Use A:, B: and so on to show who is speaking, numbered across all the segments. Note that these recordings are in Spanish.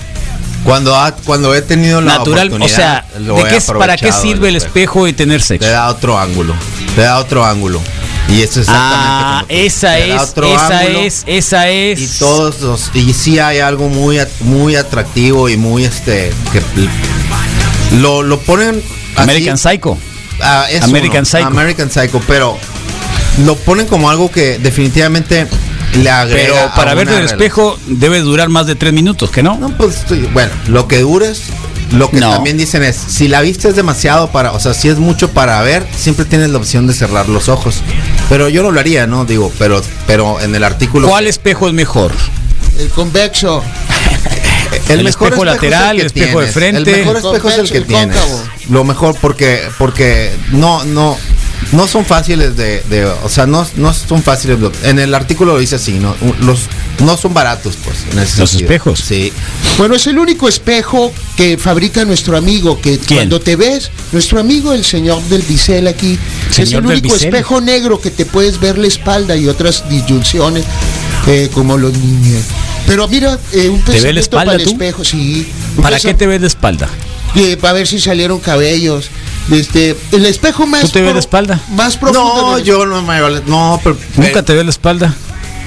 A: Cuando, ha- cuando he tenido la
B: Natural, o
A: oportunidad,
B: sea,
A: lo
B: ¿de
A: he
B: qué es- ¿para qué
A: aprovechado
B: sirve el espejo y tener
A: Te
B: sexo?
A: da otro ángulo. Te da otro ángulo. Y eso es exactamente
B: Ah,
A: como tú.
B: esa
A: Te da
B: es,
A: otro
B: esa
A: ángulo
B: es, esa es.
A: Y todos los y sí hay algo muy at- muy atractivo y muy este que l- lo, lo ponen así.
B: American Psycho.
A: Ah, es
B: American Psycho.
A: American Psycho, pero lo ponen como algo que definitivamente le agrega
B: Pero
A: a
B: para
A: una
B: verte en el
A: relación.
B: espejo debe durar más de tres minutos, ¿que no?
A: No, pues, estoy- bueno, lo que dures, lo que
B: No.
A: también dicen es, si la vista es demasiado para, o sea, si es mucho para ver, siempre tienes la opción de cerrar los ojos. Pero yo no lo haría, ¿no? Digo, pero, pero en el artículo.
B: ¿Cuál espejo es mejor?
C: El convexo.
B: El espejo
A: es
B: lateral,
A: que
B: el espejo de
A: tienes.
B: frente.
A: El mejor espejo es el que
C: El
A: tienes.
C: cóncavo.
A: Lo mejor porque porque no no no son fáciles de, de- o sea, no, no son fáciles. de- En el artículo lo dice así, no los no son baratos, pues, en ese
B: Los
A: sentido.
B: espejos.
A: Sí.
C: Bueno, es el único espejo que fabrica nuestro amigo, que
B: ¿Quién?
C: cuando te ves, nuestro amigo el señor del bisel aquí, es
B: Señor
C: el
B: del
C: único
B: bisel.
C: espejo negro que te puedes ver la espalda y otras disyunciones, eh, como los niños. Pero mira, eh, un
B: ¿Te ve la
C: pensamiento
B: espalda
C: para el
B: tú?
C: espejo, sí. Un
B: ¿Para qué
C: pensam-
B: te ves de espalda?
C: eh, para ver si salieron cabellos. Este, el espejo más
B: ¿Tú te ves
C: pro-
B: la espalda?
C: Más profundo.
A: No,
C: del-
A: yo no me vale- no, pero
B: ¿Nunca te ves la espalda?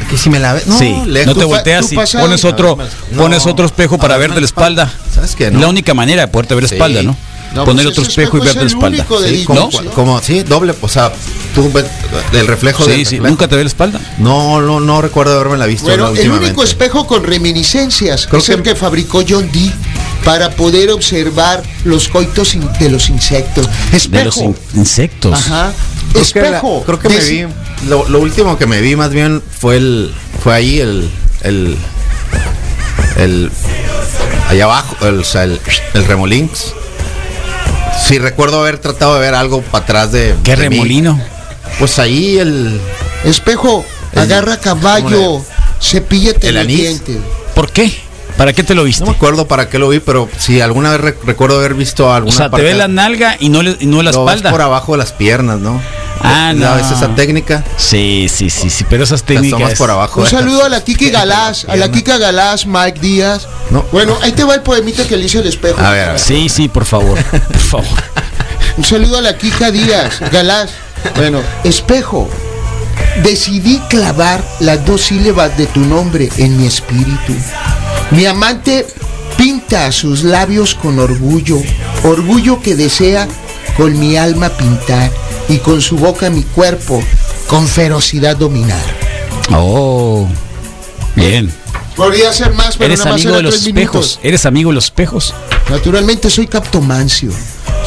A: que si me la ve- no,
B: sí.
A: lejos.
B: No te
C: pa-
B: volteas
C: tú
B: y
C: pasado.
B: pones otro,
A: A ver, más-
B: pones
A: no.
B: otro espejo
A: A
B: para
A: ver,
B: verte la
A: más-
B: espalda.
A: ¿Sabes qué? No.
B: La única manera de poderte ver la
A: Sí.
B: espalda, ¿no?
C: No,
B: Poner
C: pues
B: otro
C: ese
B: espejo y
C: espejo
B: verte la
C: es el
B: espalda.
C: único de
A: Sí,
B: ¿No?
A: como, como- sí, doble, o sea, tú ves el reflejo del
B: Sí, sí,
A: reflejo.
B: nunca te ves la espalda.
A: No, no, no recuerdo haberme la visto
C: Bueno,
A: no,
C: el
A: últimamente.
C: único espejo con reminiscencias
A: Creo
C: es
A: que-
C: el que fabricó John Dee para poder observar los coitos in- de los insectos. Espejo.
B: De los in- insectos.
C: Ajá.
A: Creo que la-
C: Espejo.
A: creo que me
C: Des-
A: vi. Lo, lo último que me vi más bien fue el. Fue ahí el. el. el allá abajo, el, o sea, el, el remolins. Sí, recuerdo haber tratado de ver algo para atrás de.
B: Qué
A: de mí.
B: remolino.
A: Pues ahí el.
C: Espejo.
A: El-
C: agarra
A: ¿cómo
C: caballo. Cepíllate
A: ¿El
C: los
A: anís?
C: dientes.
B: ¿Por qué? ¿Para qué te lo viste?
A: No me acuerdo para qué lo vi, pero sí, alguna vez rec- recuerdo haber visto
B: o
A: alguna
B: sea, te
A: parte-
B: ves la nalga y no, le- y no la
A: lo ves
B: espalda.
A: por abajo de las piernas, ¿no?
B: Ah,
A: ¿No
B: no.
A: ves esa técnica?
B: Sí, sí, sí, sí, pero esas
A: Las
B: técnicas.
A: tomas por abajo.
C: Un
A: de las-
C: saludo a la Kiki Galás, a la Kika Galás, Mike Díaz.
A: No.
C: Bueno, ahí te va el poemita que le hizo el espejo.
A: A ver, a ver.
B: Sí, sí, por favor. Por favor.
C: Un saludo a la Kika Díaz, Galás. Bueno, espejo. Decidí clavar las dos sílabas de tu nombre en mi espíritu. Mi amante pinta sus labios con orgullo, orgullo que desea con mi alma pintar y con su boca mi cuerpo con ferocidad dominar.
B: Oh. Bien.
C: Podría ser más, pero
B: Eres
C: nada más
B: amigo de
C: eran
B: los
C: tres minutos.
B: espejos. Eres amigo de los espejos.
C: Naturalmente soy Captomancio.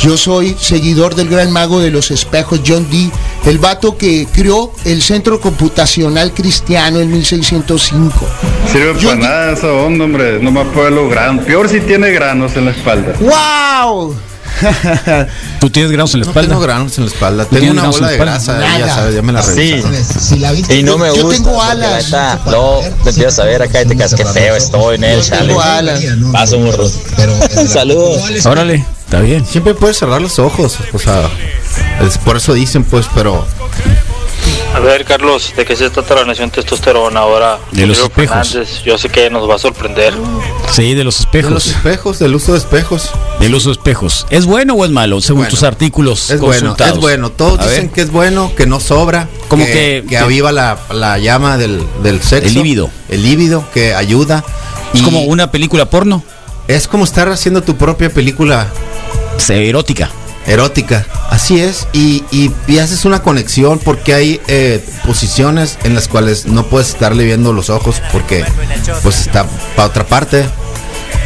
C: Yo soy seguidor del gran mago de los espejos, John Dee, el vato que creó el Centro Computacional Cristiano en 1605.
D: Sirve
C: Yo
D: para
C: di-
D: nada esa onda, hombre. No más pueblo grano. Peor si tiene granos en la espalda.
C: ¡Wow!
B: Tú tienes granos en la
A: No
B: espalda.
A: tengo granos en la espalda.
B: tienes
A: Tengo una
B: granos en
A: bola
B: la
A: de
B: espalda?
A: grasa. Ya
C: Nada.
A: sabes, ya me la revisaron.
E: Y no me
C: Yo
E: gusta.
C: tengo
E: porque la
C: alas.
E: neta, Luego te empiezas a ver acá y te quedas que feo estoy en él, chale.
C: Tengo alas.
E: Paso burro. Saludos.
B: Órale, está bien.
A: Siempre puedes cerrar los ojos. O sea, es- por eso dicen, pues, pero.
F: A ver, Carlos, ¿de qué se trata la nación testosterona ahora?
B: De los
F: Julio
B: espejos.
F: Fernández, yo sé que nos va a sorprender.
B: Sí, de los
A: De los
B: espejos.
A: espejos, del uso de espejos.
B: Del uso de espejos. ¿Es bueno o es malo? Según
A: Bueno.
B: tus artículos.
A: Es bueno,
B: consultados?
A: es bueno. Todos
B: A ver,
A: dicen que es bueno, que no sobra.
B: Como que-
A: que, aviva la, la llama del, del sexo.
B: El líbido.
A: El líbido, que ayuda.
B: Es
A: Y
B: como una película porno.
A: Es como estar haciendo tu propia película
B: se- Erótica.
A: erótica. Así es, y, y, y haces una conexión porque hay eh, posiciones en las cuales no puedes estarle viendo los ojos porque pues está para otra parte.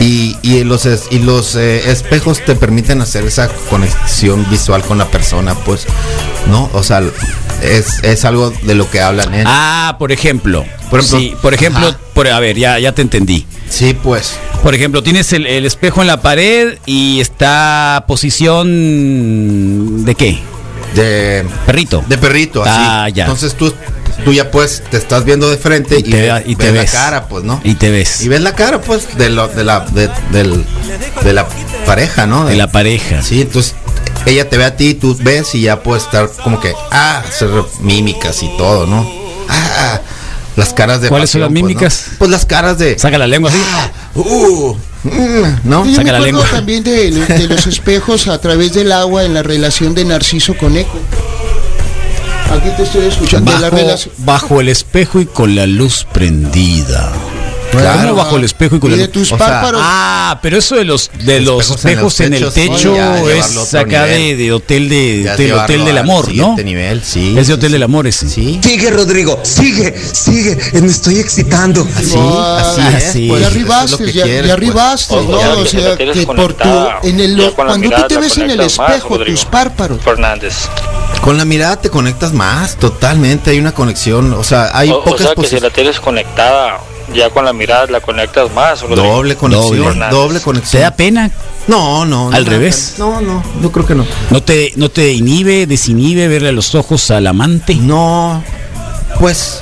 A: Y, y los, es- y los eh, espejos te permiten hacer esa conexión visual con la persona, pues, ¿no? O sea, es, es algo de lo que hablan. ¿eh?
B: Ah, por ejemplo.
A: Por ejemplo.
B: Sí, por ejemplo,
A: Ajá.
B: por, a ver, ya, ya te entendí.
A: Sí, pues.
B: Por ejemplo, tienes el, el espejo en la pared y está posición de qué?
A: De,
B: Perrito.
A: de perrito, así.
B: Ah, ya.
A: Entonces tú, tú ya pues te estás viendo de frente y,
B: y te,
A: ve-
B: y te
A: ves
B: ves.
A: la cara, pues, ¿no?
B: Y te ves.
A: Y ves la cara, pues, de, lo- de, la, de, del- de la pareja, ¿no?
B: de la pareja.
A: Sí, entonces ella te ve a ti, tú ves y ya puedes estar como que, ah, hacer mímicas y todo, ¿no? Ah, Las caras de
G: ¿Cuáles son
A: pasión,
G: las
A: pues, ¿no?
G: mímicas?
A: Pues las caras de.
G: Saca la lengua así.
A: Uh, mm, ¿No?
C: Yo me
G: Saca la
C: acuerdo
G: lengua.
C: también de, lo- de los espejos a través del agua en la relación de Narciso con Eco. Aquí te estoy escuchando de la
B: Bajo,
C: relación.
B: bajo el espejo y con la luz prendida. Claro, bajo el espejo y con
C: Y
B: la
C: de
B: luz.
C: tus
A: o sea,
C: párpados.
B: Ah, pero eso de los de los
A: Espejos
B: espejos en
A: en los
B: el
A: techos,
B: techo
A: sí, ya, llevarlo a
B: es
A: otro
B: acá de,
A: nivel.
B: de hotel de,
A: Ya
B: del
A: llevarlo
B: hotel del
A: al
B: amor, ¿no?
A: siguiente nivel, sí.
B: Es de hotel del amor ese.
A: Sí.
H: Sigue, Rodrigo, sigue, sigue. Me estoy excitando.
A: Así,
C: Ah,
A: así
B: ah,
A: es.
B: sí.
A: pues, eso es lo
C: ya arribaste,
A: que
C: ya,
A: quieres,
C: ya
A: pues.
C: arribaste,
F: Ojo,
C: ¿no?
F: ya
C: O
F: que
C: sea,
F: la tienes
C: que por tu,
F: conectada.
C: en el,
F: Ya con la
C: cuando tú
F: mirada
C: te
F: la
C: ves en el
F: conectas más,
C: espejo,
F: Rodrigo.
C: tus párpados.
F: Fernández.
A: Con la mirada te conectas más, totalmente. Hay una conexión. O sea, hay
F: O, o
A: pocas
F: sea que si
A: posibilidades.
F: la tienes conectada, ya con la mirada la conectas más. Rodrigo.
A: Doble conexión. Doble,
F: Fernández.
B: ¿Te
A: conexión.
B: da pena?
A: No, no.
B: Al
A: no,
B: revés.
A: No, no. Yo creo que no.
B: ¿No te, ¿No te inhibe, desinhibe verle a los ojos al amante?
A: No. Pues.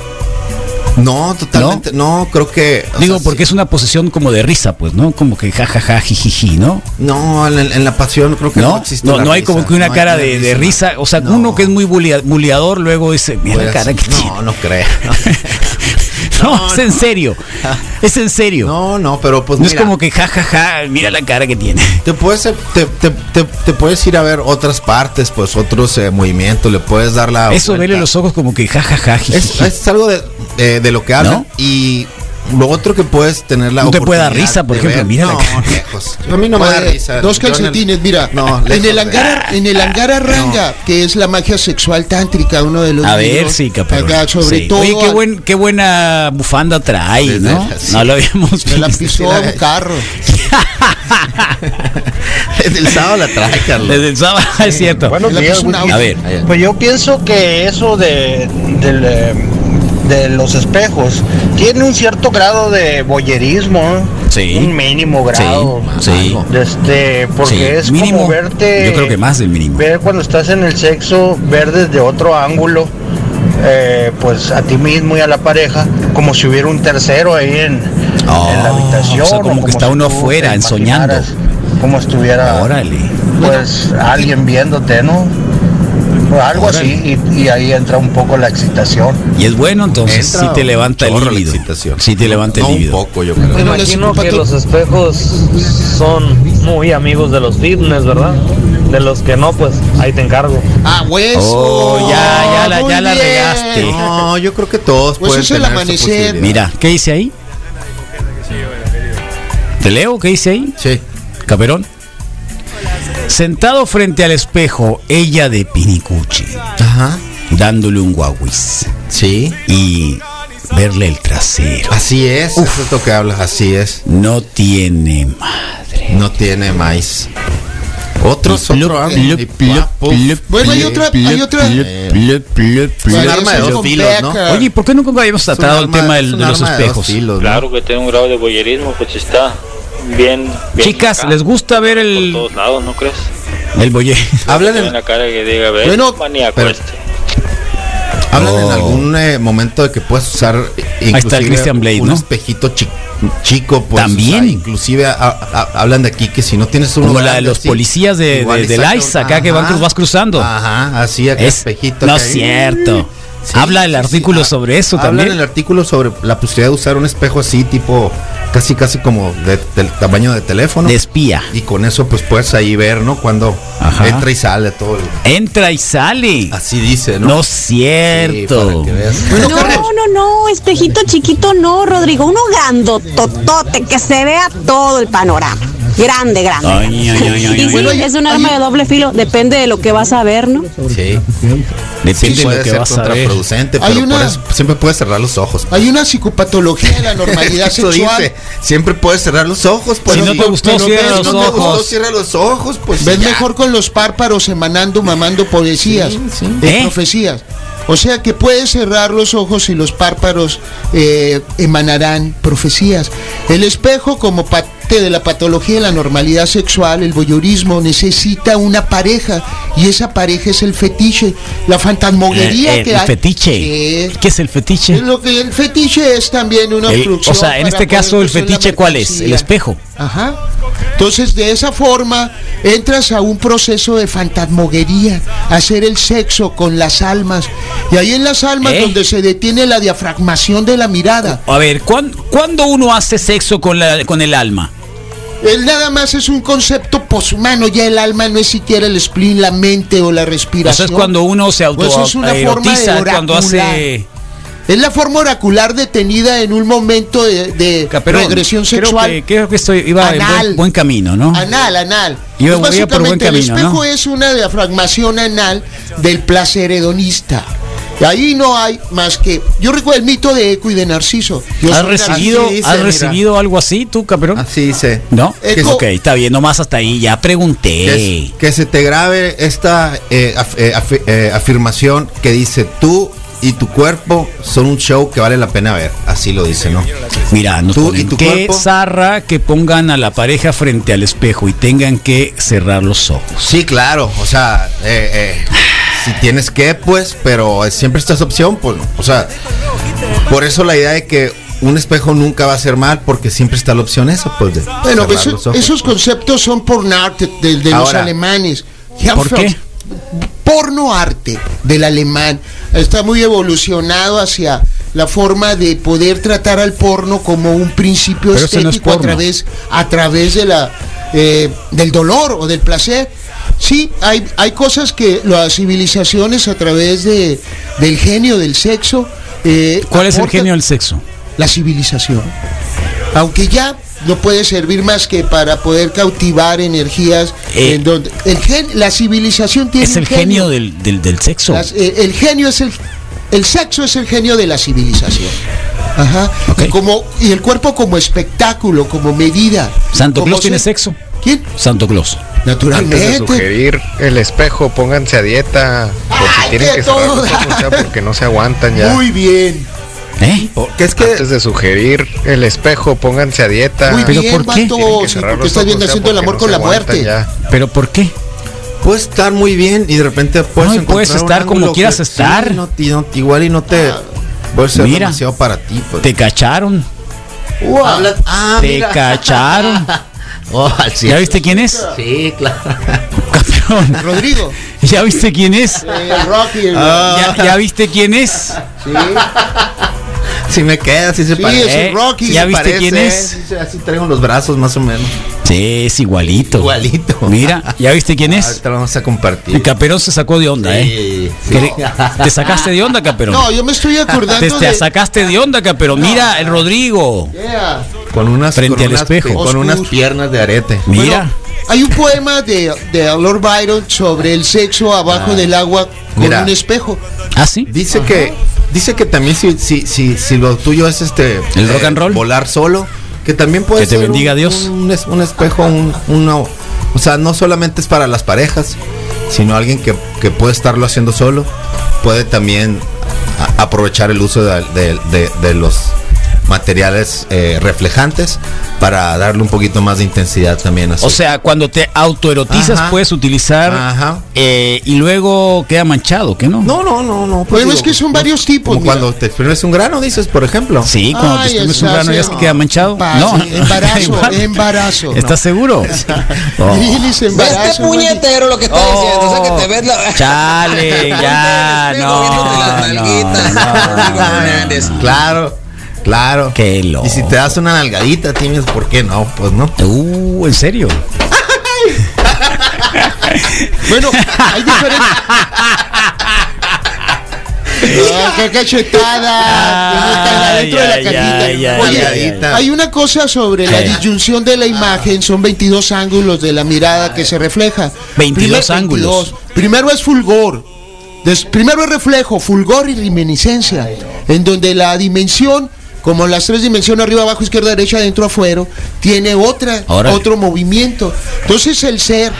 A: No, totalmente. No, creo que. o
B: Digo,
A: sea,
B: porque es una posición como de risa, pues, ¿no? Como que jajaja, jijiji, ¿no?
A: No, en, en la pasión creo que no,
B: No,
A: existe.
B: no,
A: la
B: no hay
A: risa,
B: como que una
A: no hay
B: cara de, de risa. O sea,
A: No,
B: uno que es muy bulea- buleador luego dice, mira la
A: pues,
B: cara que tiene.
A: No, no creo.
B: No, es en serio. Es en serio. No,
A: No, no, pero pues
B: es
A: mira,
B: como que jajaja, mira la cara que tiene.
A: te puedes eh, te, te- te- te puedes ir a ver otras partes, pues otros eh, movimientos, le puedes dar la
B: Eso,
A: vuelta.
B: verle los ojos como que jajaja,
A: es,
B: jijiji.
A: es algo de, eh, de lo que hablan
B: ¿No?
A: y lo otro que puedes tener la
B: No te puede dar
A: oportunidad
B: risa, por
A: de
B: ejemplo, mira la
A: no,
B: cara.
A: lejos. A mí no me da
C: Oye,
A: risa.
C: Dos
A: Yo en el-
C: calcetines, mira.
A: No,
C: en,
A: lejos
C: el
A: de-
C: hangar, en el hangar arranga, que es la magia sexual tántrica, uno de los.
B: A ver,
C: libros,
B: sí, capaz.
C: Acá, sobre todo.
B: Oye, qué, buen, qué buena bufanda trae,
A: Desde
B: ¿no?
A: la- sí.
B: No lo habíamos
C: Me la
B: visto.
C: pisó un carro.
A: Desde el sábado la trae, Carlos.
B: Desde el sábado, es cierto.
C: Me la pisó un auto.
B: A ver,
I: Pues yo pienso que eso de, del, eh, de los espejos tiene un cierto grado de boyerismo, ¿no?
B: Sí.
I: un mínimo
B: sí,
I: grado.
B: sí.
I: Este, porque
B: sí.
I: es como verte
B: Yo creo que más del mínimo.
I: ver cuando estás en el sexo, ver desde otro ángulo, eh, pues a ti mismo y a la pareja, como si hubiera un tercero ahí en,
B: Ah,
I: en la habitación.
B: o sea, como que está
I: si
B: uno
I: tú te
B: afuera, ensoñando.
I: imaginaras Como estuviera
B: Órale.
I: pues alguien viéndote, ¿no? O Algo así, y, y ahí entra un poco la excitación.
B: Y es bueno, entonces
A: Entra
B: sí te
A: un
B: levanta el
A: chorro la
B: líbido.
A: excitación.
B: Sí te levanta
A: No,
B: el
A: un
B: líbido.
A: poco, yo creo.
C: Bueno,
J: Imagino
C: les-
J: que los espejos son muy amigos de los fitness, ¿verdad? De los que no, pues ahí te encargo.
C: Ah, hueso.
B: Oh, ya, ya la-
C: Muy
B: ya la
C: bien.
B: regaste.
A: No, yo creo que todos
C: Pues
A: pueden
C: es el
A: tener esa
C: amanecer.
A: posibilidad.
B: Mira, ¿qué hice ahí? ¿Te leo qué hice ahí?
A: Sí.
B: Caperón. Sentado frente al espejo, ella de Pinicuchi,
A: Ajá.
B: dándole un guaguis
A: Sí.
B: y verle el trasero.
A: Así es. Eso es lo que hablas. Así es.
B: No tiene madre.
A: No tiene maíz. Otros
B: Plup,
A: otro
B: plup,
A: y
B: plup,
A: pua,
B: plup,
C: Bueno, hay
B: plup,
C: otra- hay otra-
B: plup, plup, plup, plup.
A: un
C: Parece
A: arma de dos
C: con
A: filos, ¿no?
C: Becker.
B: Oye, ¿por qué nunca habíamos
A: Ah. Es un
B: tratado el
A: arma-
B: tema
A: es
B: del-
A: un
B: de los
A: arma de dos
B: espejos?
A: filos, ¿no?
F: Claro que tiene un grado de boyerismo, pues está bien. bien
B: Chicas,
F: acá,
B: ¿les gusta ver
F: Por
B: el,
F: todos lados, ¿no crees?
B: el boye?
A: Hablan
F: Tiene
A: en,
F: una cara que diga, ve,
C: Bueno,
F: maníaco
A: pero-
F: este.
A: hablan en
B: Oh.
A: algún eh, momento de que puedes usar eh, inclusive,
B: está el Christian Blade,
A: un
B: ¿no?
A: espejito chi- chico. pues,
B: También.
A: usar. inclusive a- a- hablan de aquí que si no tienes uno
B: Como la de
A: grande
B: los
A: así,
B: policías de-
A: igual
B: de-
A: y
B: del
A: saca
B: ICE
A: un-
B: acá que van
A: ajá,
B: cruz- vas cruzando.
A: Ajá, así acá
B: Es-
A: espejito.
B: no
A: acá.
B: es cierto. Habla el artículo
C: ah,
A: ha-
B: sobre eso
A: hablan
B: también.
A: en el artículo sobre la posibilidad de usar un espejo así, tipo, casi casi como de- del tamaño de teléfono.
B: De espía.
A: y con eso pues puedes ahí ver, ¿no? Cuando
B: Ajá.
A: entra y sale todo. el-
B: Entra y sale.
C: Ah,
A: Así dice,
B: No es
A: Sí, para
B: cierto.
A: que veas.
C: Bueno,
J: No,
C: Carlos.
J: no, no, espejito chiquito no, Rodrigo, uno totote que se vea todo el panorama. Grande, grande.
B: Ay, ay, ay, ay,
J: Y
B: ay.
J: sí, es un arma de doble filo, depende de lo que vas a ver, ¿no?
A: Sí.
B: Depende
A: Sí,
B: de
A: puede
B: lo que
A: ser
B: vas a ver.
A: contraproducente,
C: Hay
A: pero
C: una-
A: por eso siempre puedes cerrar los ojos.
C: Hay una psicopatología de la normalidad
A: Eso
C: sexual.
A: dice, siempre puedes cerrar los ojos, pues.
B: Si no te gustó,
A: pero
B: cierra
A: ves,
B: los
A: no te gustó,
B: ojos.
A: cierra los ojos, pues.
C: Ves
A: ya.
C: mejor con los párpados emanando, mamando poesías, eh,
B: ¿Eh?
C: profecías. O sea que puedes cerrar los ojos y los párpados eh, emanarán profecías. El espejo como parte de la patología de la normalidad sexual, el voyeurismo, necesita una pareja y esa pareja es el fetiche, la fantasmagoría
B: Eh, eh,
C: que
B: el
C: hay.
B: fetiche.
C: Sí.
B: ¿Qué es el fetiche?
C: Es lo que el fetiche es también una
B: El-
C: obstrucción
B: o sea, en
C: para
B: este
C: poder
B: caso, ¿el
C: cruzar la
B: fetiche cuál es?
C: mercancía.
B: El espejo.
C: Ajá. Entonces, de esa forma, entras a un proceso de fantasmoguería, hacer el sexo con las almas, Y ahí en las almas
B: ¿Eh?
C: donde se detiene la diafragmación de la mirada.
B: A ver, ¿cuán- ¿cuándo uno hace sexo con, la, con el alma?
C: Él nada más es un concepto poshumano, ya el alma no es siquiera el spleen, la mente o la
B: O
C: respiración.
B: sea, es cuando uno se
C: Pues es una forma de
B: autoerotiza, cuando hace...
C: oracular. Es la forma oracular detenida en un momento de, de
B: Caperón,
C: regresión
B: creo
C: sexual.
B: que- creo que estoy, iba en
C: Anal.
B: buen, buen camino, ¿no?
C: Anal, anal.
B: Mm. Yo
C: Es
B: voy a por buen
C: básicamente,
B: camino,
C: el espejo
B: ¿no?
C: es una diafragmación anal del placer hedonista. Y ahí no hay más que. Yo recuerdo el mito de Eco y de Narciso. Yo
B: ¿Has
C: soy
B: recibido,
A: así dice,
B: ¿has
A: mira. Ah.
B: recibido algo así tú, Caperón?
A: Así dice.
B: ¿No?
C: Eh,
B: Ok, está bien, nomás hasta ahí, ya
A: Que,
B: pregunté.
A: es- que se te grabe esta eh, af- eh, afi- eh, afirmación que dice tú y tu cuerpo son un show que vale la pena ver. Así lo dice, ¿no?
B: Mira, nos
A: Tú
B: ponen,
A: y tu
B: qué
A: cuerpo.
B: zarra que pongan a la pareja frente al espejo y tengan que cerrar los ojos.
A: Sí, claro. O sea, eh, eh, si tienes que, pues, pero eh, siempre está esa opción, pues, no. o sea, por eso la idea de que un espejo nunca va a ser mal, porque siempre está la opción esa, pues. De
C: Bueno,
A: cerrar
C: eso-
A: los ojos.
C: esos conceptos son pornarte de, de los
A: Ahora.
C: alemanes.
B: ¿Por qué?
C: Porno arte del alemán. Está muy evolucionado hacia la forma de poder tratar al porno como un principio
B: Pero ese no es
C: estético a
B: porno.
C: través, a través de la, eh, del dolor o del placer. Sí, hay, hay cosas que las civilizaciones a través de, del genio, del sexo. eh,
B: ¿Cuál es el
C: aportan-
B: genio del sexo?
C: la civilización. Aunque ya no puede servir más que para poder cautivar energías
B: Eh,
C: en donde el gen, la civilización tiene
B: Es
C: un
B: el genio del, del, del sexo.
C: Las- eh, el genio es el el sexo es el genio de la civilización. Ajá.
B: Ok.
C: Y como y el cuerpo como espectáculo, como medida.
B: ¿Santo
C: Como
B: Claus tiene
C: se-
B: sexo?
C: ¿Quién?
B: Santo Claus.
C: Naturalmente.
G: Antes de sugerir el espejo, pónganse a dieta. Por
C: Ay,
G: si tienen
C: qué
G: que cerrar los
C: toda.
G: ojos ya porque no se aguantan ya.
C: Muy bien.
B: ¿Eh?
A: Porque es que
G: Antes de sugerir el espejo, pónganse a dieta.
C: Muy
B: ¿pero
C: bien,
B: por qué?
C: vato,
G: Tienen que
C: sí,
G: cerrar
C: porque
G: los
C: estás viendo
G: ojos ya
C: haciendo el
G: porque
C: amor
G: no
C: con
G: se
C: la
G: aguantan
C: muerte.
G: ya.
B: ¿Pero por qué?
A: puedes estar muy bien y de repente puedes,
B: No, y puedes
A: encontrar un
B: estar como
A: ángulo
B: quieras
A: que-
B: estar.
A: sí, no, ti- no, igual y no te puede ser
B: Mira.
A: demasiado para ti. pues.
B: ¿Te cacharon?
C: Wow.
A: Hablas- ah,
B: ¿Te
A: mira.
B: cacharon?
A: Oh, sí.
B: ¿Ya viste quién es?
A: Sí, claro.
B: Campeón.
C: Rodrigo.
B: ¿Ya viste quién es?
C: eh, Rocky. el-
B: ¿Ya, ya
A: Ah.
B: viste quién es?
C: sí.
A: Si me queda, si se
C: Sí,
A: parece.
C: es el Rocky.
B: ¿Ya
A: Se
B: viste
A: parece,
B: quién
A: eh,
B: es?
A: sí, Así traigo los brazos más o menos.
B: Sí, es igualito.
A: Igualito.
B: Mira, ¿ya viste quién es?
A: Ahorita lo vamos a
B: El
A: compartir.
B: Caperón se sacó de onda, ¿eh?
A: Sí, sí.
B: Que le- Te sacaste de onda, Caperón.
C: No, yo me estoy acordando
B: te, te
C: de-
B: sacaste de onda, Caperón. Mira, el Rodrigo.
C: Yeah.
A: Con unas,
B: Frente
A: con
B: al
A: unas-
B: espejo.
A: Con unas
C: Oscuro.
A: piernas de arete.
B: Mira.
C: Hay un poema de, de Lord Byron sobre el sexo abajo del agua con
A: Mira.
C: un espejo.
B: ¿Ah, sí?
A: Dice que dice que también si, si, si, si lo tuyo es este
B: El rock and roll.
A: volar solo, que también puede
B: Que te
A: ser
B: bendiga
A: un,
B: Dios.
A: un, es- un espejo, un, uno, o sea, no solamente es para las parejas, sino alguien que, que puede estarlo haciendo solo, puede también a- aprovechar el uso de, de- de- de los materiales eh, reflejantes para darle un poquito más de intensidad también a su-
B: O sea, cuando te autoerotizas
A: Ajá.
B: puedes utilizar
A: Ajá.
B: eh, y luego queda manchado, ¿qué no?
A: no, no, no, no. pues
C: Bueno,
A: digo,
C: es que
A: no-
C: son varios tipos.
A: Como
C: mira.
A: cuando te exprimes un grano, dices, por ejemplo.
B: Pues Sí, cuando
C: Ay,
B: te exprimes un
C: está
B: grano ya se
C: haciendo-
B: queda manchado.
C: Pa-
B: no,
C: sí, embarazo,
B: Igual.
C: embarazo.
B: ¿Estás seguro? Oh.
C: Lilis, embarazo,
I: lo que está
B: diciendo, o sea, que te ves Oh, Chale, ya, no, no, no, no.
A: Ah, Claro, claro.
B: Qué loco.
A: Y si te das una nalgadita, tienes por qué no, pues no.
B: Uh, ¿en serio?
C: Bueno, hay diferentes. Ah, ¡Qué cachetada! que no están
B: Ay,
C: adentro de la
B: ay,
C: cajita.
B: ay, ay,
C: Oye,
A: ay, ay.
C: hay una cosa sobre la
B: ¿Qué?
C: disyunción de la imagen. Son 22 ángulos de la mirada que se refleja.
B: 22
C: Primer-
B: ángulos.
C: Primero es fulgor. Des- primero es reflejo, fulgor y reminiscencia. En donde la dimensión, como las tres dimensiones arriba, abajo, izquierda, derecha, adentro, afuera, tiene otra,
B: Órale.
C: otro movimiento. Entonces el ser,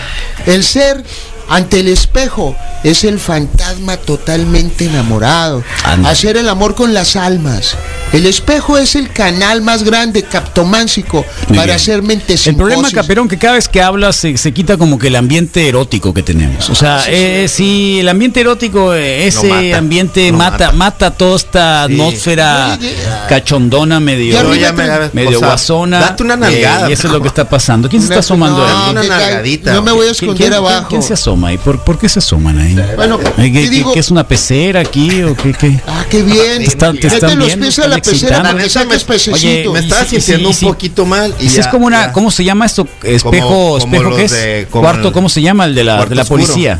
C: el ser ante el espejo es el fantasma totalmente enamorado.
B: Anda.
C: Hacer el amor con las almas. El espejo es el canal más grande captománsico
B: Muy
C: para
B: bien.
C: hacer mentes
B: El problema, Caperón, que cada vez que hablas se, se quita como que el ambiente erótico que tenemos. O sea, eh, si el ambiente erótico, eh, ese
A: Lo mata,
B: ambiente
A: lo
B: mata, mata,
A: mata.
B: toda esta atmósera
C: Oye,
B: cachondona medio, eh,
C: Ya
A: Pero
C: arriba
A: ya me-
B: medio
A: o sea,
B: guasona.
A: Date una nalgada.
B: eh, y eso es lo que está pasando. ¿Quién se está asomando? ahí?
A: Una nalgadita.
C: No me voy a
B: ¿Quién-
C: esconder
B: quién-
C: abajo.
B: quién- quién se asoma? asoma ahí? ¿Por, por qué se asoman ahí?
C: Bueno,
A: eh,
B: ¿Qué,
C: y
B: qué-
C: digo-
B: qué es una pecera aquí o qué? qué?
C: Ah, qué bien.
B: Te están- te
C: Mete
B: están
C: los
B: viendo,
C: pies a
B: están
C: la pecera
B: excitando.
C: porque sacas
B: Oye,
C: pececitos.
A: me estaba
B: sí, sí,
A: sintiendo
B: sí,
A: un
B: sí.
A: poquito mal.
B: Ese
A: Y ya-
B: Pues es como una,
A: ya.
B: ¿cómo se llama esto? Espejo,
A: como
B: espejo
A: los
B: que es
A: de- como
B: cuarto,
A: el-
B: ¿cómo se llama? El de la,
A: Cuarto
B: de la
A: oscuro.
B: policía.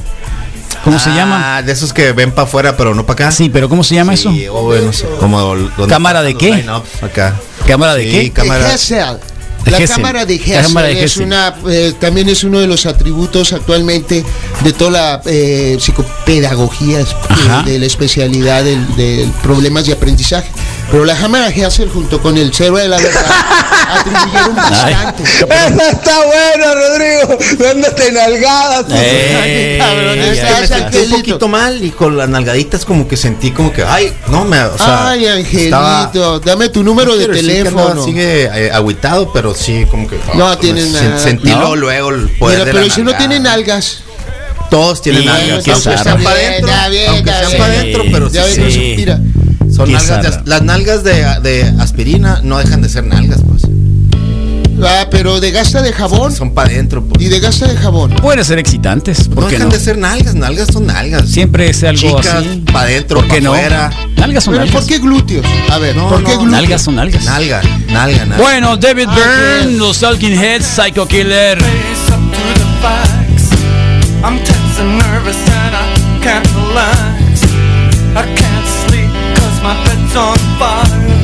B: ¿Cómo se llama?
A: Ah, de esos que ven para afuera, pero no para acá.
B: Sí, pero ¿cómo se llama eso?
A: Ah. Sí, o bueno, no sé, como donde-
B: ¿Cámara de qué? Ah,
A: lineups Acá.
B: ¿Cámara de
A: Sí,
B: qué?
C: De
A: cámara.
C: Hessel.
B: De
C: La
B: Hessel.
C: cámara de
B: La
C: Hessel,
B: cámara de
C: es
B: Hessel.
C: una, eh, también es uno de los atributos actualmente de toda la eh, psicopedagogía, es- eh,
B: Ajá.
C: de la especialidad del- de, problemas de aprendizaje. Pero la cámara de Hessel junto con el cero de la verdad
B: Ay.
C: atribuyeron bastante.
H: Esa está buena, Rodrigo. Dándote nalgadas.
B: Ey,
C: cabrón,
B: ay, ay.
C: esa-
A: Que me sentí un
C: Angelito.
A: poquito mal y con las nalgaditas como que sentí como que, ay, no me, o sea,
C: Ay,
A: estaba-
C: Angelito, dame tu número de
A: Quiero decir que andaba
C: teléfono.
A: así que, eh, agüitado, pero sí, como que.
C: No
A: me
C: tienen
A: sen-
C: nada.
A: Sentí
B: No.
A: luego, luego el poder
C: Mira,
A: de
C: pero
A: la
C: si no
A: nalgada.
C: tienen algas.
A: Todos tienen
B: Sí,
A: nalgas.
B: qué
A: Aunque
B: zarra.
A: sean para
C: Bien,
A: adentro.
C: ya, bien,
A: Aunque
C: ya,
A: sean
C: bien.
A: para adentro, pero sí.
C: Ya pues, ven,
A: sí.
C: no suspira.
A: Son
B: Qué
A: nalgas de
B: zarra.
A: as- las nalgas de, de aspirina no dejan de ser nalgas, pues.
C: Ah, pero de gasta de jabón
A: Son para adentro,
C: y
A: pues.
C: de gasta de jabón.
B: Pueden ser excitantes, ¿por
A: No
B: qué
A: dejan
B: no?
A: de ser nalgas, nalgas son nalgas.
B: Siempre es algo
A: Chicas,
B: así.
A: pa' adentro,
B: ¿Por qué
A: pa'
B: no?
A: afuera.
B: Nalgas son
C: Pero
B: nalgas.
C: ¿por qué glúteos? A ver,
A: No,
C: ¿por qué
A: no,
C: glúteos?
B: Nalgas son nalgas.
A: Nalga, nalga, nalga.
B: Bueno, David
C: Ah,
B: Byrne,
C: bien.
B: los Talking Heads, Psycho Killer.
K: Face up to the facts. I'm tense and nervous and I can't relax. I can't sleep cause my bed's on fire.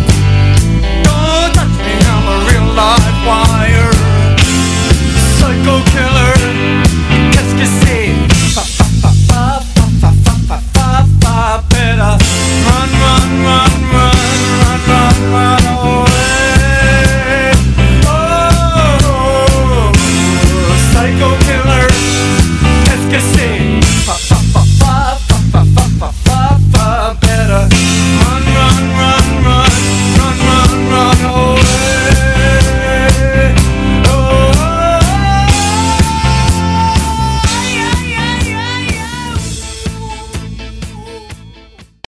K: Don't touch me, I'm a real live wire. Psycho killer.
G: Oh,